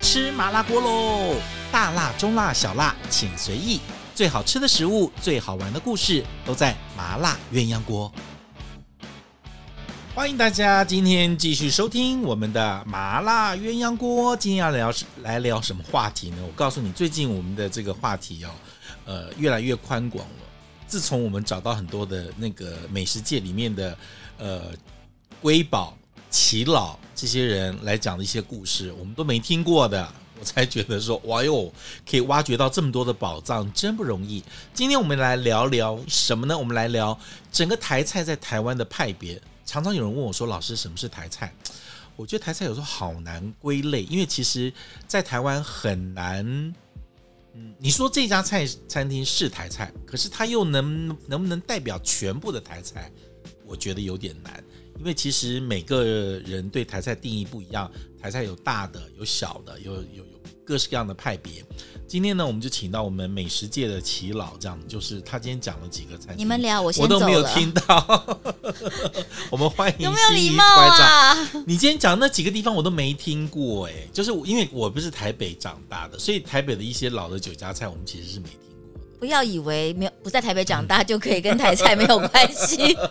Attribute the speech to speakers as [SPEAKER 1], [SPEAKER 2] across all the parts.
[SPEAKER 1] 吃麻辣锅喽！大辣、中辣、小辣，请随意。最好吃的食物，最好玩的故事，都在麻辣鸳鸯锅。欢迎大家今天继续收听我们的麻辣鸳鸯锅。今天要聊来聊什么话题呢？我告诉你，最近我们的这个话题哦，呃，越来越宽广了。自从我们找到很多的那个美食界里面的呃瑰宝、耆老这些人来讲的一些故事，我们都没听过的，我才觉得说，哇哟，可以挖掘到这么多的宝藏，真不容易。今天我们来聊聊什么呢？我们来聊整个台菜在台湾的派别。常常有人问我说，老师，什么是台菜？我觉得台菜有时候好难归类，因为其实，在台湾很难。嗯，你说这家菜餐厅是台菜，可是它又能能不能代表全部的台菜？我觉得有点难，因为其实每个人对台菜定义不一样，台菜有大的，有小的，有有有各式各样的派别。今天呢，我们就请到我们美食界的耆老，这样就是他今天讲了几个餐厅，
[SPEAKER 2] 你们聊，我先
[SPEAKER 1] 我
[SPEAKER 2] 走
[SPEAKER 1] 都
[SPEAKER 2] 了。
[SPEAKER 1] 没有听到。我们欢迎
[SPEAKER 2] 有没有
[SPEAKER 1] 心
[SPEAKER 2] 礼
[SPEAKER 1] 仪
[SPEAKER 2] 貌
[SPEAKER 1] 馆长。
[SPEAKER 2] 啊？
[SPEAKER 1] 你今天讲那几个地方我都没听过哎、就是我因为我不是台北长大的，所以台北的一些老的酒家菜我们其实是没听过的。
[SPEAKER 2] 不要以为没有不在台北长大就可以跟台菜没有关系。
[SPEAKER 1] 嗯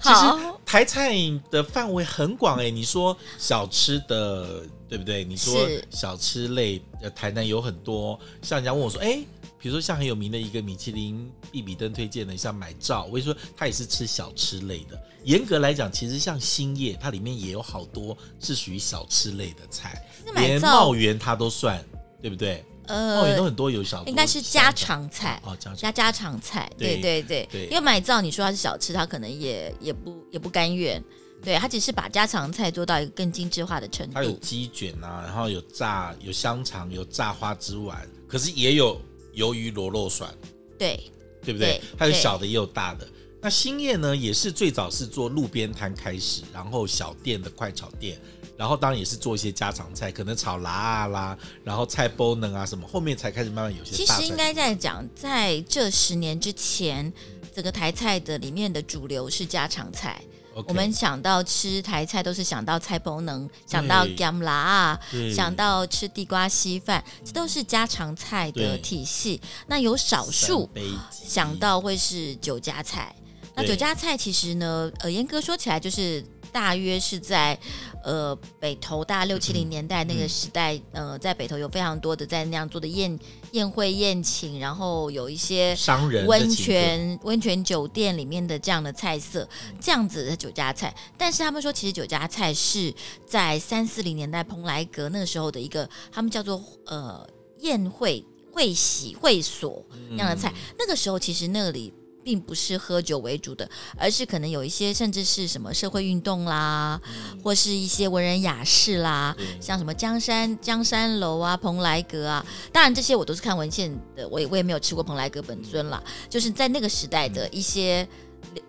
[SPEAKER 1] 其
[SPEAKER 2] 好，
[SPEAKER 1] 实台菜的范围很广哎、你说小吃的对不对？你说
[SPEAKER 2] 是
[SPEAKER 1] 小吃类，呃，台南有很多，像人家问我说，哎、比如说像很有名的一个米其林必比登推荐的，像买照，我跟你说它也是吃小吃类的。严格来讲，其实像兴业，它里面也有好多是属于小吃类的菜，
[SPEAKER 2] 是买
[SPEAKER 1] 连
[SPEAKER 2] 灶
[SPEAKER 1] 茂源它都算，对不对？茂哦源都
[SPEAKER 2] 呃，
[SPEAKER 1] 很多有小，
[SPEAKER 2] 应该是家常菜。
[SPEAKER 1] 哦，家常
[SPEAKER 2] 家家常菜，
[SPEAKER 1] 对
[SPEAKER 2] 对对对，
[SPEAKER 1] 对
[SPEAKER 2] 因为买照你说它是小吃，它可能也也不也不甘愿，对，它只是把家常菜做到一个更精致化的程
[SPEAKER 1] 它有
[SPEAKER 2] 度。
[SPEAKER 1] 鸡卷啊，然后有炸有香肠，有炸花枝丸，可是也有鱿鱼螺肉蒜，
[SPEAKER 2] 对，
[SPEAKER 1] 对不对
[SPEAKER 2] 对？
[SPEAKER 1] 它有小的也有大的。那兴业呢，也是最早是做路边摊开始，然后小店的快炒店，然后当然也是做一些家常菜，可能炒辣啊啦，然后菜包能啊什么，后面才开始慢慢有些
[SPEAKER 2] 其
[SPEAKER 1] 大菜。
[SPEAKER 2] 实应该在讲，在这十年之前，整个台菜的里面的主流是家常菜，
[SPEAKER 1] OK，嗯
[SPEAKER 2] 我们想到吃台菜，都是想到菜包能，想到 g a m l a 啊，
[SPEAKER 1] 对
[SPEAKER 2] 想到吃地瓜稀饭，这都是家常菜的
[SPEAKER 1] 对
[SPEAKER 2] 体系。那有少数
[SPEAKER 1] 三杯鸡
[SPEAKER 2] 想到会是酒家菜。那
[SPEAKER 1] 对
[SPEAKER 2] 酒家菜其实呢，呃，严格说起来，就是大约是在呃北投大六七
[SPEAKER 1] 嗯
[SPEAKER 2] 零年代那个时代，呃，在北投有非常多的在那样做的宴宴会宴请，然后有一些
[SPEAKER 1] 商人的请
[SPEAKER 2] 温
[SPEAKER 1] 客
[SPEAKER 2] 泉温泉酒店里面的这样的菜色，这样子的酒家菜。但是他们说，其实酒家菜是在三四零年代蓬莱阁那个时候的一个，他们叫做呃宴会会席会所那样的菜。
[SPEAKER 1] 嗯
[SPEAKER 2] 那个时候其实那里。并不是喝酒为主的，而是可能有一些甚至是什么社会运动啦，
[SPEAKER 1] 嗯
[SPEAKER 2] 或是一些文人雅士啦，
[SPEAKER 1] 对
[SPEAKER 2] 像什么江山江山楼啊、蓬莱阁啊，当然这些我都是看文献的，我也我也没有吃过蓬莱阁本尊啦。就是在那个时代的一些、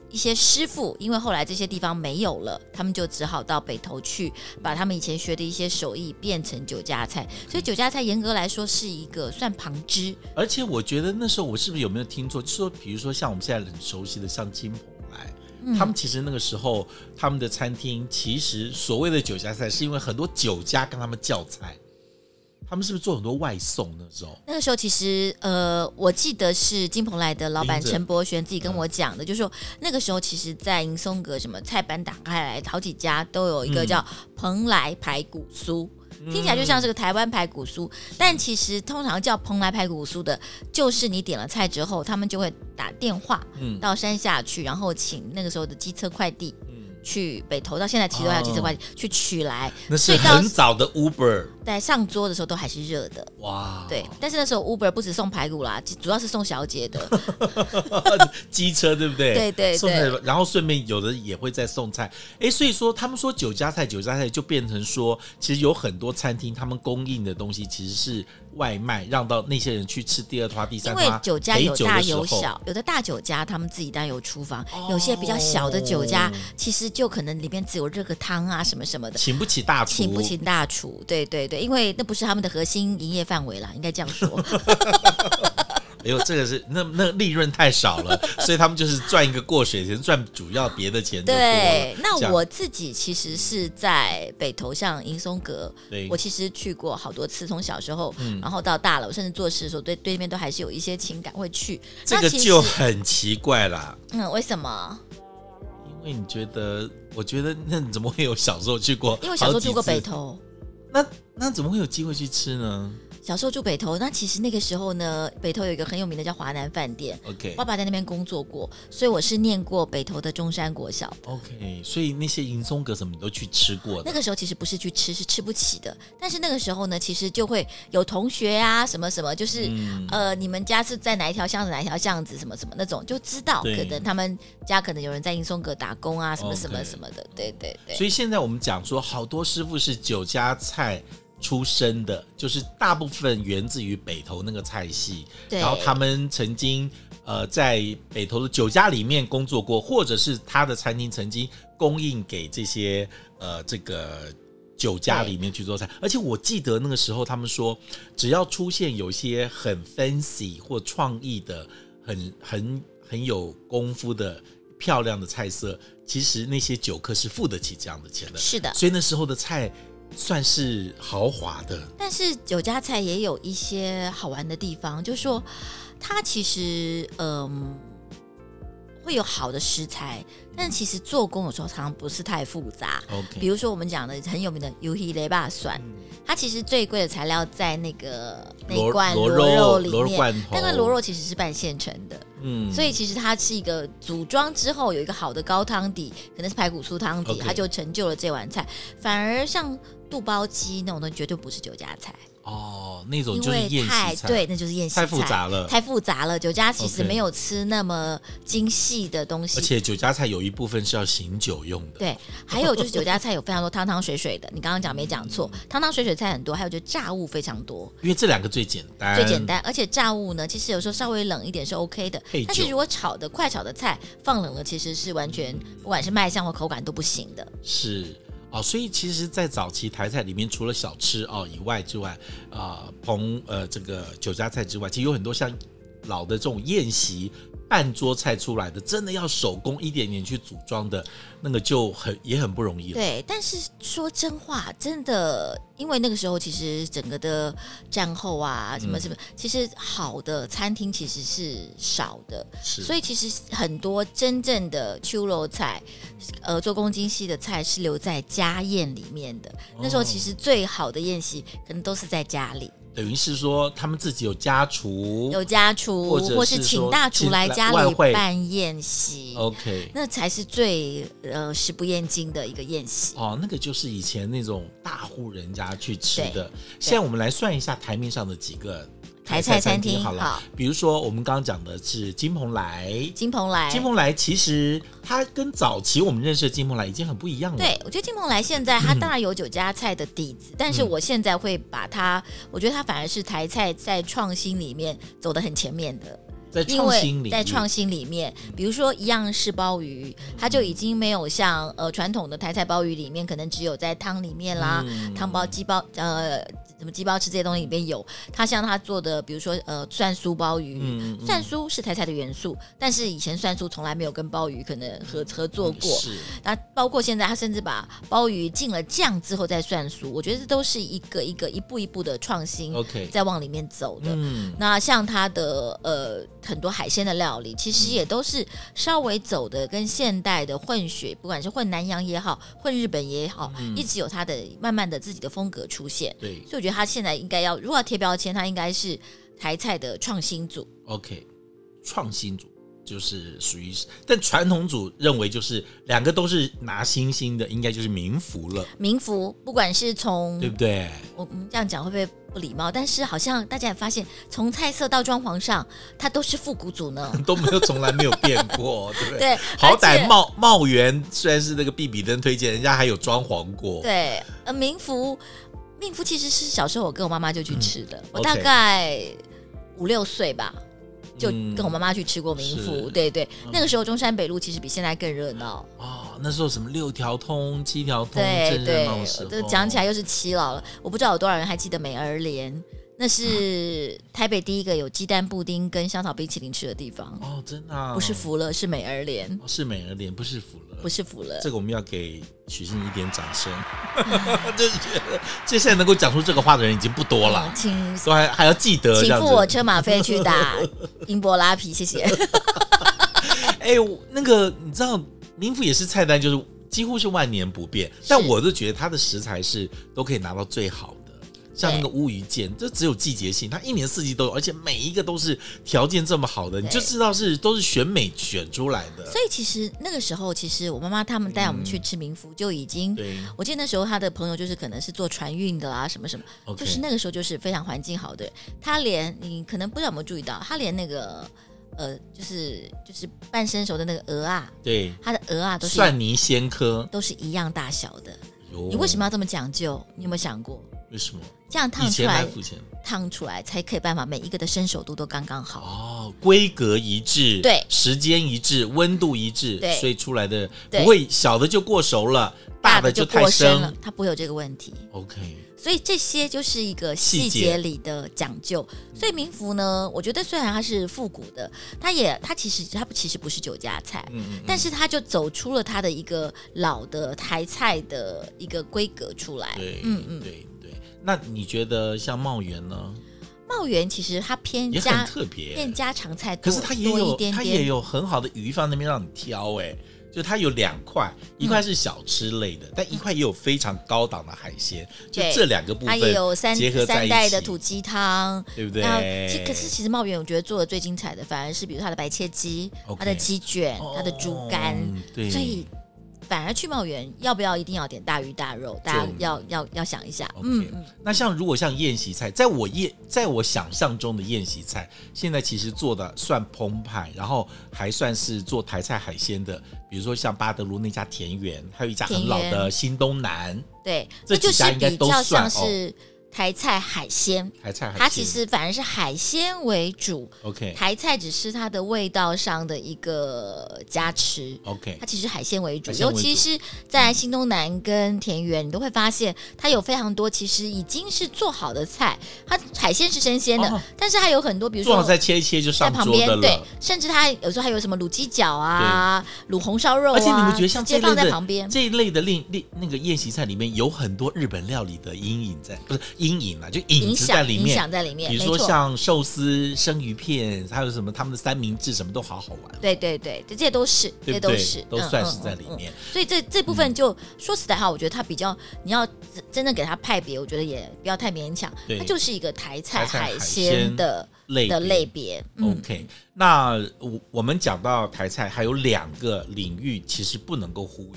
[SPEAKER 2] 一些师傅，因为后来这些地方没有了，他们就只好到北头去，把他们以前学的一些手艺变成酒家菜。所以酒家菜严格来说是一个算旁支，
[SPEAKER 1] 而且我觉得那时候我是不是有没有听错？就是说，比如说像我们现在很熟悉的，像金鹏来，他们其实那个时候他们的餐厅其实所谓的酒家菜，是因为很多酒家跟他们叫菜，他们是不是做很多外送那时候？
[SPEAKER 2] 那个时候其实，呃，我记得是金鹏来的老板
[SPEAKER 1] 林子
[SPEAKER 2] 陈伯璇自己跟我讲
[SPEAKER 1] 嗯
[SPEAKER 2] 的，就是说那个时候其实，在银松阁什么菜板打开来，好几家都有
[SPEAKER 1] 嗯
[SPEAKER 2] 一个叫蓬莱排骨酥。听起来就像是个台湾排骨酥，但其实通常叫蓬莱排骨酥的，就是你点了菜之后，他们就会打电话
[SPEAKER 1] 嗯
[SPEAKER 2] 到山下去，然后请那个时候的机车快递
[SPEAKER 1] 嗯，哦
[SPEAKER 2] 去北投，到现在其实都还有机车快递、去取来，
[SPEAKER 1] 那是
[SPEAKER 2] 所以到
[SPEAKER 1] 很早的 Uber
[SPEAKER 2] 在上桌的时候都还是热的。
[SPEAKER 1] 哇，
[SPEAKER 2] 对，但是那时候 Uber 不止送排骨啦，主要是送小姐 的。
[SPEAKER 1] 机车对不对？
[SPEAKER 2] 对对
[SPEAKER 1] 送菜
[SPEAKER 2] 对
[SPEAKER 1] 然后顺便有的也会再送菜。哎，所以说他们说酒家菜，酒家菜就变成说，其实有很多餐厅他们供应的东西其实是外卖，让到那些人去吃第二花、第三
[SPEAKER 2] 因
[SPEAKER 1] 花。
[SPEAKER 2] 为酒家有
[SPEAKER 1] 陪酒
[SPEAKER 2] 大
[SPEAKER 1] 的时
[SPEAKER 2] 有
[SPEAKER 1] 候，
[SPEAKER 2] 小，有的大酒家他们自己当然有厨房，
[SPEAKER 1] 哦
[SPEAKER 2] 有些比较小的酒家其实就可能里面只有热个汤啊什么什么的，
[SPEAKER 1] 请不起大哦厨，
[SPEAKER 2] 请不起大 厨。对对对，因为那不是他们的核心营业范围啦，应该这样说。
[SPEAKER 1] 哎呦，这个是那那利润太少了， 所以他们就是赚一个过水钱，赚主要别的钱就多了。
[SPEAKER 2] 对，
[SPEAKER 1] 这
[SPEAKER 2] 那
[SPEAKER 1] 样
[SPEAKER 2] 我自己其实是在北投，像银松阁
[SPEAKER 1] 对，
[SPEAKER 2] 我其实去过好多次，从小时候，
[SPEAKER 1] 嗯
[SPEAKER 2] 然后到大了，我甚至做事的时候，对对面都还是有一些情感会去。
[SPEAKER 1] 这
[SPEAKER 2] 那
[SPEAKER 1] 个
[SPEAKER 2] 其实
[SPEAKER 1] 就很奇怪啦。
[SPEAKER 2] 嗯，为什么？
[SPEAKER 1] 因为你觉得，我觉得那你怎么会有小时候去过？
[SPEAKER 2] 因为我小时候住过北，投，
[SPEAKER 1] 那那怎么会有机会去吃呢
[SPEAKER 2] 小时候住北投，那其实那个时候呢，北投有一个很有名的叫华南饭店，
[SPEAKER 1] ？OK
[SPEAKER 2] 爸爸在那边工作过，所以我是念过北投的中山国小。
[SPEAKER 1] OK，所以那些银松阁什么你都去吃过
[SPEAKER 2] 那
[SPEAKER 1] 的。
[SPEAKER 2] 个时候其实不是去吃，是吃不起的。但是那个时候呢，其实就会有同学啊，什么什么，就是、
[SPEAKER 1] 嗯
[SPEAKER 2] 呃，你们家是在哪一条巷子，哪一条巷子，什么什么那种，就知道
[SPEAKER 1] 对
[SPEAKER 2] 可能他们家可能有人在英松阁打工啊，什么
[SPEAKER 1] OK
[SPEAKER 2] 什么什么的。对对对，
[SPEAKER 1] 所以现在我们讲说，好多师傅是酒家菜出身的，就是大部分源自于北投那个菜系，
[SPEAKER 2] 对
[SPEAKER 1] 然后他们曾经呃在北投的酒家里面工作过，或者是他的餐厅曾经供应给这些呃这个。酒家里面去做菜，而且我记得那个时候他们说，只要出现有一些很 fancy 或创意的、很很很有功夫的漂亮的菜色，其实那些酒客是付得起这样的钱的。
[SPEAKER 2] 是的。
[SPEAKER 1] 所以那时候的菜算是豪华的，
[SPEAKER 2] 但是酒家菜也有一些好玩的地方，就是说它其实嗯。会有好的食材，但其实做工有时候常常不是太复杂。
[SPEAKER 1] OK
[SPEAKER 2] 比如说我们讲的很有名的 u h i 雷霸蒜，它其实最贵的材料在那个那一
[SPEAKER 1] 嗯螺
[SPEAKER 2] 罐
[SPEAKER 1] 螺
[SPEAKER 2] 肉
[SPEAKER 1] 肉
[SPEAKER 2] 里
[SPEAKER 1] 螺肉罐
[SPEAKER 2] 面，那个
[SPEAKER 1] 头
[SPEAKER 2] 螺肉其实是半现成的，
[SPEAKER 1] 嗯，
[SPEAKER 2] 所以其实它是一个组装之后有一个好的高汤底，可能是排骨酥汤底
[SPEAKER 1] OK
[SPEAKER 2] 它就成就了这碗菜。反而像肚包鸡那种东西，绝对不是酒家菜。
[SPEAKER 1] 哦，那种
[SPEAKER 2] 因
[SPEAKER 1] 就是
[SPEAKER 2] 为
[SPEAKER 1] 宴
[SPEAKER 2] 太
[SPEAKER 1] 席菜，
[SPEAKER 2] 对，那就是宴席
[SPEAKER 1] 太复杂了
[SPEAKER 2] 太复杂了。酒家其实
[SPEAKER 1] OK
[SPEAKER 2] 没有吃那么精细的东
[SPEAKER 1] 而
[SPEAKER 2] 西。
[SPEAKER 1] 且酒家菜有一部分是要醒酒用的。
[SPEAKER 2] 对，还有就是酒家菜有非常多汤汤水水的，你刚刚讲没讲错，汤汤水水菜很多，还有就是炸物非常多，
[SPEAKER 1] 因为这两个最简单，
[SPEAKER 2] 最简。单。而且炸物呢，其实有时候稍微冷一点是 OK 的
[SPEAKER 1] 配，
[SPEAKER 2] 但
[SPEAKER 1] 酒
[SPEAKER 2] 是如果炒的快炒的菜放冷了，其实是完全不管是卖相或口感都不行的。
[SPEAKER 1] 是哦，所以其实，在早期台菜里面，除了小吃哦以外之外，啊、彭呃这个酒家菜之外，其实有很多像老的这种宴席半桌菜出来的，真的要手工一点点去组装的，那个就很也很不容易了。
[SPEAKER 2] 对，但是说真话，真的，因为那个时候其实整个的战后啊，什么
[SPEAKER 1] 嗯
[SPEAKER 2] 什么，其实好的餐厅其实是少的，
[SPEAKER 1] 是，
[SPEAKER 2] 所以其实很多真正的秋楼菜，呃，做工精细的菜是留在家宴里面的。
[SPEAKER 1] 哦
[SPEAKER 2] 那时候其实最好的宴席，可能都是在家里
[SPEAKER 1] 等于是说他们自己有家厨
[SPEAKER 2] 有家厨，
[SPEAKER 1] 哦或者是
[SPEAKER 2] 或是请
[SPEAKER 1] 说
[SPEAKER 2] 大厨
[SPEAKER 1] 请
[SPEAKER 2] 来
[SPEAKER 1] 来
[SPEAKER 2] 家
[SPEAKER 1] 外
[SPEAKER 2] 里
[SPEAKER 1] 汇哦
[SPEAKER 2] 办宴席，
[SPEAKER 1] ，OK，
[SPEAKER 2] 那才是最呃食不厌精的一个宴席。
[SPEAKER 1] 哦，那个就是以前那种大户人家去吃的。现在我们来算一下台面上的几个
[SPEAKER 2] 台
[SPEAKER 1] 菜餐
[SPEAKER 2] 菜餐厅
[SPEAKER 1] 好了，
[SPEAKER 2] 好
[SPEAKER 1] 比如说我们刚刚讲的是金蓬莱，
[SPEAKER 2] 金蓬莱，
[SPEAKER 1] 金蓬莱其实它跟早期我们认识的金蓬莱已经很不一样了。
[SPEAKER 2] 对，我觉得金蓬莱现在它当然有酒家菜的底
[SPEAKER 1] 嗯
[SPEAKER 2] 子，但是我现在会把它，我觉得它反而是台菜在创新里面走得很前面的，
[SPEAKER 1] 在
[SPEAKER 2] 因
[SPEAKER 1] 创新
[SPEAKER 2] 为
[SPEAKER 1] 里，
[SPEAKER 2] 在创新里面，比如说一样是鲍鱼，它就已经没有像呃传统的台菜鲍鱼里面可能只有在汤里面啦，
[SPEAKER 1] 嗯
[SPEAKER 2] 汤包、鸡包呃。什么鸡包吃这些东西里面有，它像它做的，比如说呃蒜酥鲍鱼，
[SPEAKER 1] 嗯
[SPEAKER 2] 蒜酥是台菜的元素，但是以前蒜酥从来没有跟鲍鱼可能合合作过，
[SPEAKER 1] 是
[SPEAKER 2] 那包括现在，他甚至把鲍鱼进了酱之后再涮熟，我觉得这都是一个一个一步一步的创新
[SPEAKER 1] OK，
[SPEAKER 2] 嗯在往里面走的。
[SPEAKER 1] 嗯，
[SPEAKER 2] 那像它的呃很多海鲜的料理，其实也都是稍微走的跟现代的混血，不管是混南洋也好，混日本也好，
[SPEAKER 1] 嗯
[SPEAKER 2] 一直有它的慢慢的自己的风格出现。
[SPEAKER 1] 对
[SPEAKER 2] 所以我觉得他现在应该要，如果要贴标签，他应该是台菜的创新组。
[SPEAKER 1] ，OK，创新组。就是属于，但传统组认为就是两个都是拿星星的，应该就是民福了，
[SPEAKER 2] 民福，不管是从
[SPEAKER 1] 对不对？
[SPEAKER 2] 我我们这样讲会不会不礼貌？但是好像大家也发现，从菜色到装潢上，它都是复古组呢。
[SPEAKER 1] 都没有从来没有变过， 对不对？
[SPEAKER 2] 对，
[SPEAKER 1] 好
[SPEAKER 2] 而且
[SPEAKER 1] 歹茂茂源虽然是那个必比登推荐，人家还有装潢过。
[SPEAKER 2] 对，呃，民福，民福其实是小时候我跟我妈妈就去吃的，我
[SPEAKER 1] OK
[SPEAKER 2] 大概五六岁吧。就
[SPEAKER 1] 嗯
[SPEAKER 2] 跟我妈妈去吃过民福，
[SPEAKER 1] 是
[SPEAKER 2] 对对，那个时候中山北路其实比现在更热闹，
[SPEAKER 1] 哦，那时候什么六条通、七条通，
[SPEAKER 2] 对
[SPEAKER 1] 正热
[SPEAKER 2] 对
[SPEAKER 1] 啊闹的时，候哦
[SPEAKER 2] 这讲起来又是疲劳了。我不知道有多少人还记得美而莲，那是
[SPEAKER 1] 嗯
[SPEAKER 2] 台北第一个有鸡蛋布丁跟香草冰淇淋吃的地方，
[SPEAKER 1] 哦，真的啊、
[SPEAKER 2] 不是福乐，是美而莲，
[SPEAKER 1] 哦，是美而莲，不是福乐，
[SPEAKER 2] 不是福乐。
[SPEAKER 1] 这个我们要给许昕一点掌声， 就是觉得接下来能够讲出这个话的人已经不多了
[SPEAKER 2] 嗯，请
[SPEAKER 1] 所以还还要记得这
[SPEAKER 2] 请
[SPEAKER 1] 样
[SPEAKER 2] 付我
[SPEAKER 1] 子。
[SPEAKER 2] 车马费去打英博拉皮，谢谢。
[SPEAKER 1] 哎、我那个你知道，民府也是菜单，就是几乎是万年不变，但我就觉得它的食材是都可以拿到最好的。像那个乌鱼剑，这只有季节性，它一年四季都有，而且每一个都是条件这么好的，你就
[SPEAKER 2] 对
[SPEAKER 1] 知道是都是选美选出来的。
[SPEAKER 2] 所以其实那个时候，其实我妈妈他们带我们去吃民福就已经。
[SPEAKER 1] 嗯对
[SPEAKER 2] 我记得那时候她的朋友就是可能是做船运的啦，什么什么
[SPEAKER 1] ，OK，
[SPEAKER 2] 就是那个时候就是非常环境好的人。她连你可能不知道有没有注意到，她连那个呃，就是就是半生熟的那个鹅啊，
[SPEAKER 1] 对
[SPEAKER 2] 她的鹅啊都是
[SPEAKER 1] 蒜哦泥鲜科，
[SPEAKER 2] 都是一样大小的。
[SPEAKER 1] 你
[SPEAKER 2] 你为什么要这么讲究？你有没有想过，
[SPEAKER 1] 为什么
[SPEAKER 2] 这样
[SPEAKER 1] 以
[SPEAKER 2] 烫出
[SPEAKER 1] 前还
[SPEAKER 2] 来
[SPEAKER 1] 付钱？
[SPEAKER 2] 烫出来才可以办法每一个的生熟度都刚刚好？
[SPEAKER 1] 哦，规格一致，
[SPEAKER 2] 对
[SPEAKER 1] 时间一致，温度一致，
[SPEAKER 2] 对
[SPEAKER 1] 所以出来的
[SPEAKER 2] 对
[SPEAKER 1] 不会小的就过熟了，大的
[SPEAKER 2] 就
[SPEAKER 1] 太
[SPEAKER 2] 过生了
[SPEAKER 1] 生。，
[SPEAKER 2] 它不会有这个问题。
[SPEAKER 1] OK，
[SPEAKER 2] 所以这些就是一个
[SPEAKER 1] 细
[SPEAKER 2] 细
[SPEAKER 1] 节
[SPEAKER 2] 节里的讲究。所以民福呢，我觉得虽然它是复古的，它也它其实它其实不是酒家菜，
[SPEAKER 1] 嗯嗯
[SPEAKER 2] 但是它就走出了它的一个老的台菜的一个规格出来。
[SPEAKER 1] 对，
[SPEAKER 2] 嗯嗯，
[SPEAKER 1] 对对。那你觉得像茂源呢，
[SPEAKER 2] 茂源其实它偏
[SPEAKER 1] 也很
[SPEAKER 2] 家
[SPEAKER 1] 特别
[SPEAKER 2] 偏，家常菜
[SPEAKER 1] 可
[SPEAKER 2] 多，
[SPEAKER 1] 是它也
[SPEAKER 2] 多
[SPEAKER 1] 有
[SPEAKER 2] 一点
[SPEAKER 1] 它也
[SPEAKER 2] 点。
[SPEAKER 1] 有很好的鱼放那边让你挑、哎，就它有两块，一块是小吃类的，但一块也有非常高档的海鲜，就
[SPEAKER 2] 嗯对
[SPEAKER 1] 这两个部
[SPEAKER 2] 它
[SPEAKER 1] 分
[SPEAKER 2] 也有三
[SPEAKER 1] 结合在
[SPEAKER 2] 三
[SPEAKER 1] 一
[SPEAKER 2] 代
[SPEAKER 1] 起
[SPEAKER 2] 的土鸡汤，
[SPEAKER 1] 对不对
[SPEAKER 2] 那其？可是其实茂源我觉得做的最精彩的反而是比如它的白切鸡、它的
[SPEAKER 1] OK
[SPEAKER 2] 鸡卷、它的猪肝，
[SPEAKER 1] 哦对，
[SPEAKER 2] 所以反而去茂源要不要一定要点大鱼大肉？大家要要要想一下。嗯
[SPEAKER 1] OK，
[SPEAKER 2] 嗯，
[SPEAKER 1] 那像如果像宴席菜，在我宴在我想象中的宴席菜，现在其实做的算澎湃，然后还算是做台菜海鲜的，比如说像巴德路那家田园，还有一家很老
[SPEAKER 2] 田
[SPEAKER 1] 的新东南
[SPEAKER 2] 对，
[SPEAKER 1] 这
[SPEAKER 2] 那
[SPEAKER 1] 几
[SPEAKER 2] 就是
[SPEAKER 1] 家应该
[SPEAKER 2] 比
[SPEAKER 1] 都
[SPEAKER 2] 较
[SPEAKER 1] 算
[SPEAKER 2] 像是台菜海鲜，
[SPEAKER 1] 台菜海鲜。
[SPEAKER 2] 它其实反而是海鲜为主，
[SPEAKER 1] OK
[SPEAKER 2] 台菜只是它的味道上的一个加持。
[SPEAKER 1] OK
[SPEAKER 2] 它其实海鲜为主，
[SPEAKER 1] 海鲜为
[SPEAKER 2] 尤
[SPEAKER 1] 主
[SPEAKER 2] 其是在新东南跟田园，你都会发现它有非常多其实已经是做好的菜，它海鲜是生鲜的，
[SPEAKER 1] 哦
[SPEAKER 2] 但是还有很多，比如
[SPEAKER 1] 做好
[SPEAKER 2] 说
[SPEAKER 1] 再切一切就
[SPEAKER 2] 在
[SPEAKER 1] 上
[SPEAKER 2] 旁
[SPEAKER 1] 桌
[SPEAKER 2] 边
[SPEAKER 1] 的，
[SPEAKER 2] 对
[SPEAKER 1] 了。，
[SPEAKER 2] 甚至它有时候还有什么卤鸡脚啊、卤红烧肉
[SPEAKER 1] 而
[SPEAKER 2] 啊，
[SPEAKER 1] 且你们觉得像
[SPEAKER 2] 直
[SPEAKER 1] 这
[SPEAKER 2] 接
[SPEAKER 1] 一类
[SPEAKER 2] 放在
[SPEAKER 1] 的
[SPEAKER 2] 旁边，
[SPEAKER 1] 这一类的另另那个宴席菜里面有很多日本料理的阴影在，不是阴影啊，就影
[SPEAKER 2] 影
[SPEAKER 1] 子在
[SPEAKER 2] 响
[SPEAKER 1] 里
[SPEAKER 2] 影
[SPEAKER 1] 面。
[SPEAKER 2] 响在里面，
[SPEAKER 1] 比如
[SPEAKER 2] 没
[SPEAKER 1] 说
[SPEAKER 2] 错
[SPEAKER 1] 像寿司、生鱼片，还有什么他们的三明治，什么都好好玩，
[SPEAKER 2] 对对对，这些都是，
[SPEAKER 1] 对
[SPEAKER 2] 这些
[SPEAKER 1] 不
[SPEAKER 2] 都
[SPEAKER 1] 对？
[SPEAKER 2] 是
[SPEAKER 1] 都
[SPEAKER 2] 嗯
[SPEAKER 1] 算
[SPEAKER 2] 嗯
[SPEAKER 1] 是在
[SPEAKER 2] 嗯
[SPEAKER 1] 里
[SPEAKER 2] 嗯
[SPEAKER 1] 面。嗯
[SPEAKER 2] 所以这这部分就说实在话，我觉得它比较，你要真真正给它派别，我觉得也不要太勉强，
[SPEAKER 1] 对
[SPEAKER 2] 它就是一个台
[SPEAKER 1] 台
[SPEAKER 2] 菜
[SPEAKER 1] 菜海
[SPEAKER 2] 鲜
[SPEAKER 1] 鲜
[SPEAKER 2] 的
[SPEAKER 1] 类
[SPEAKER 2] 的
[SPEAKER 1] 别哦
[SPEAKER 2] 类别，嗯，
[SPEAKER 1] OK，那我我们讲到台菜，还有两个领域其实不能够忽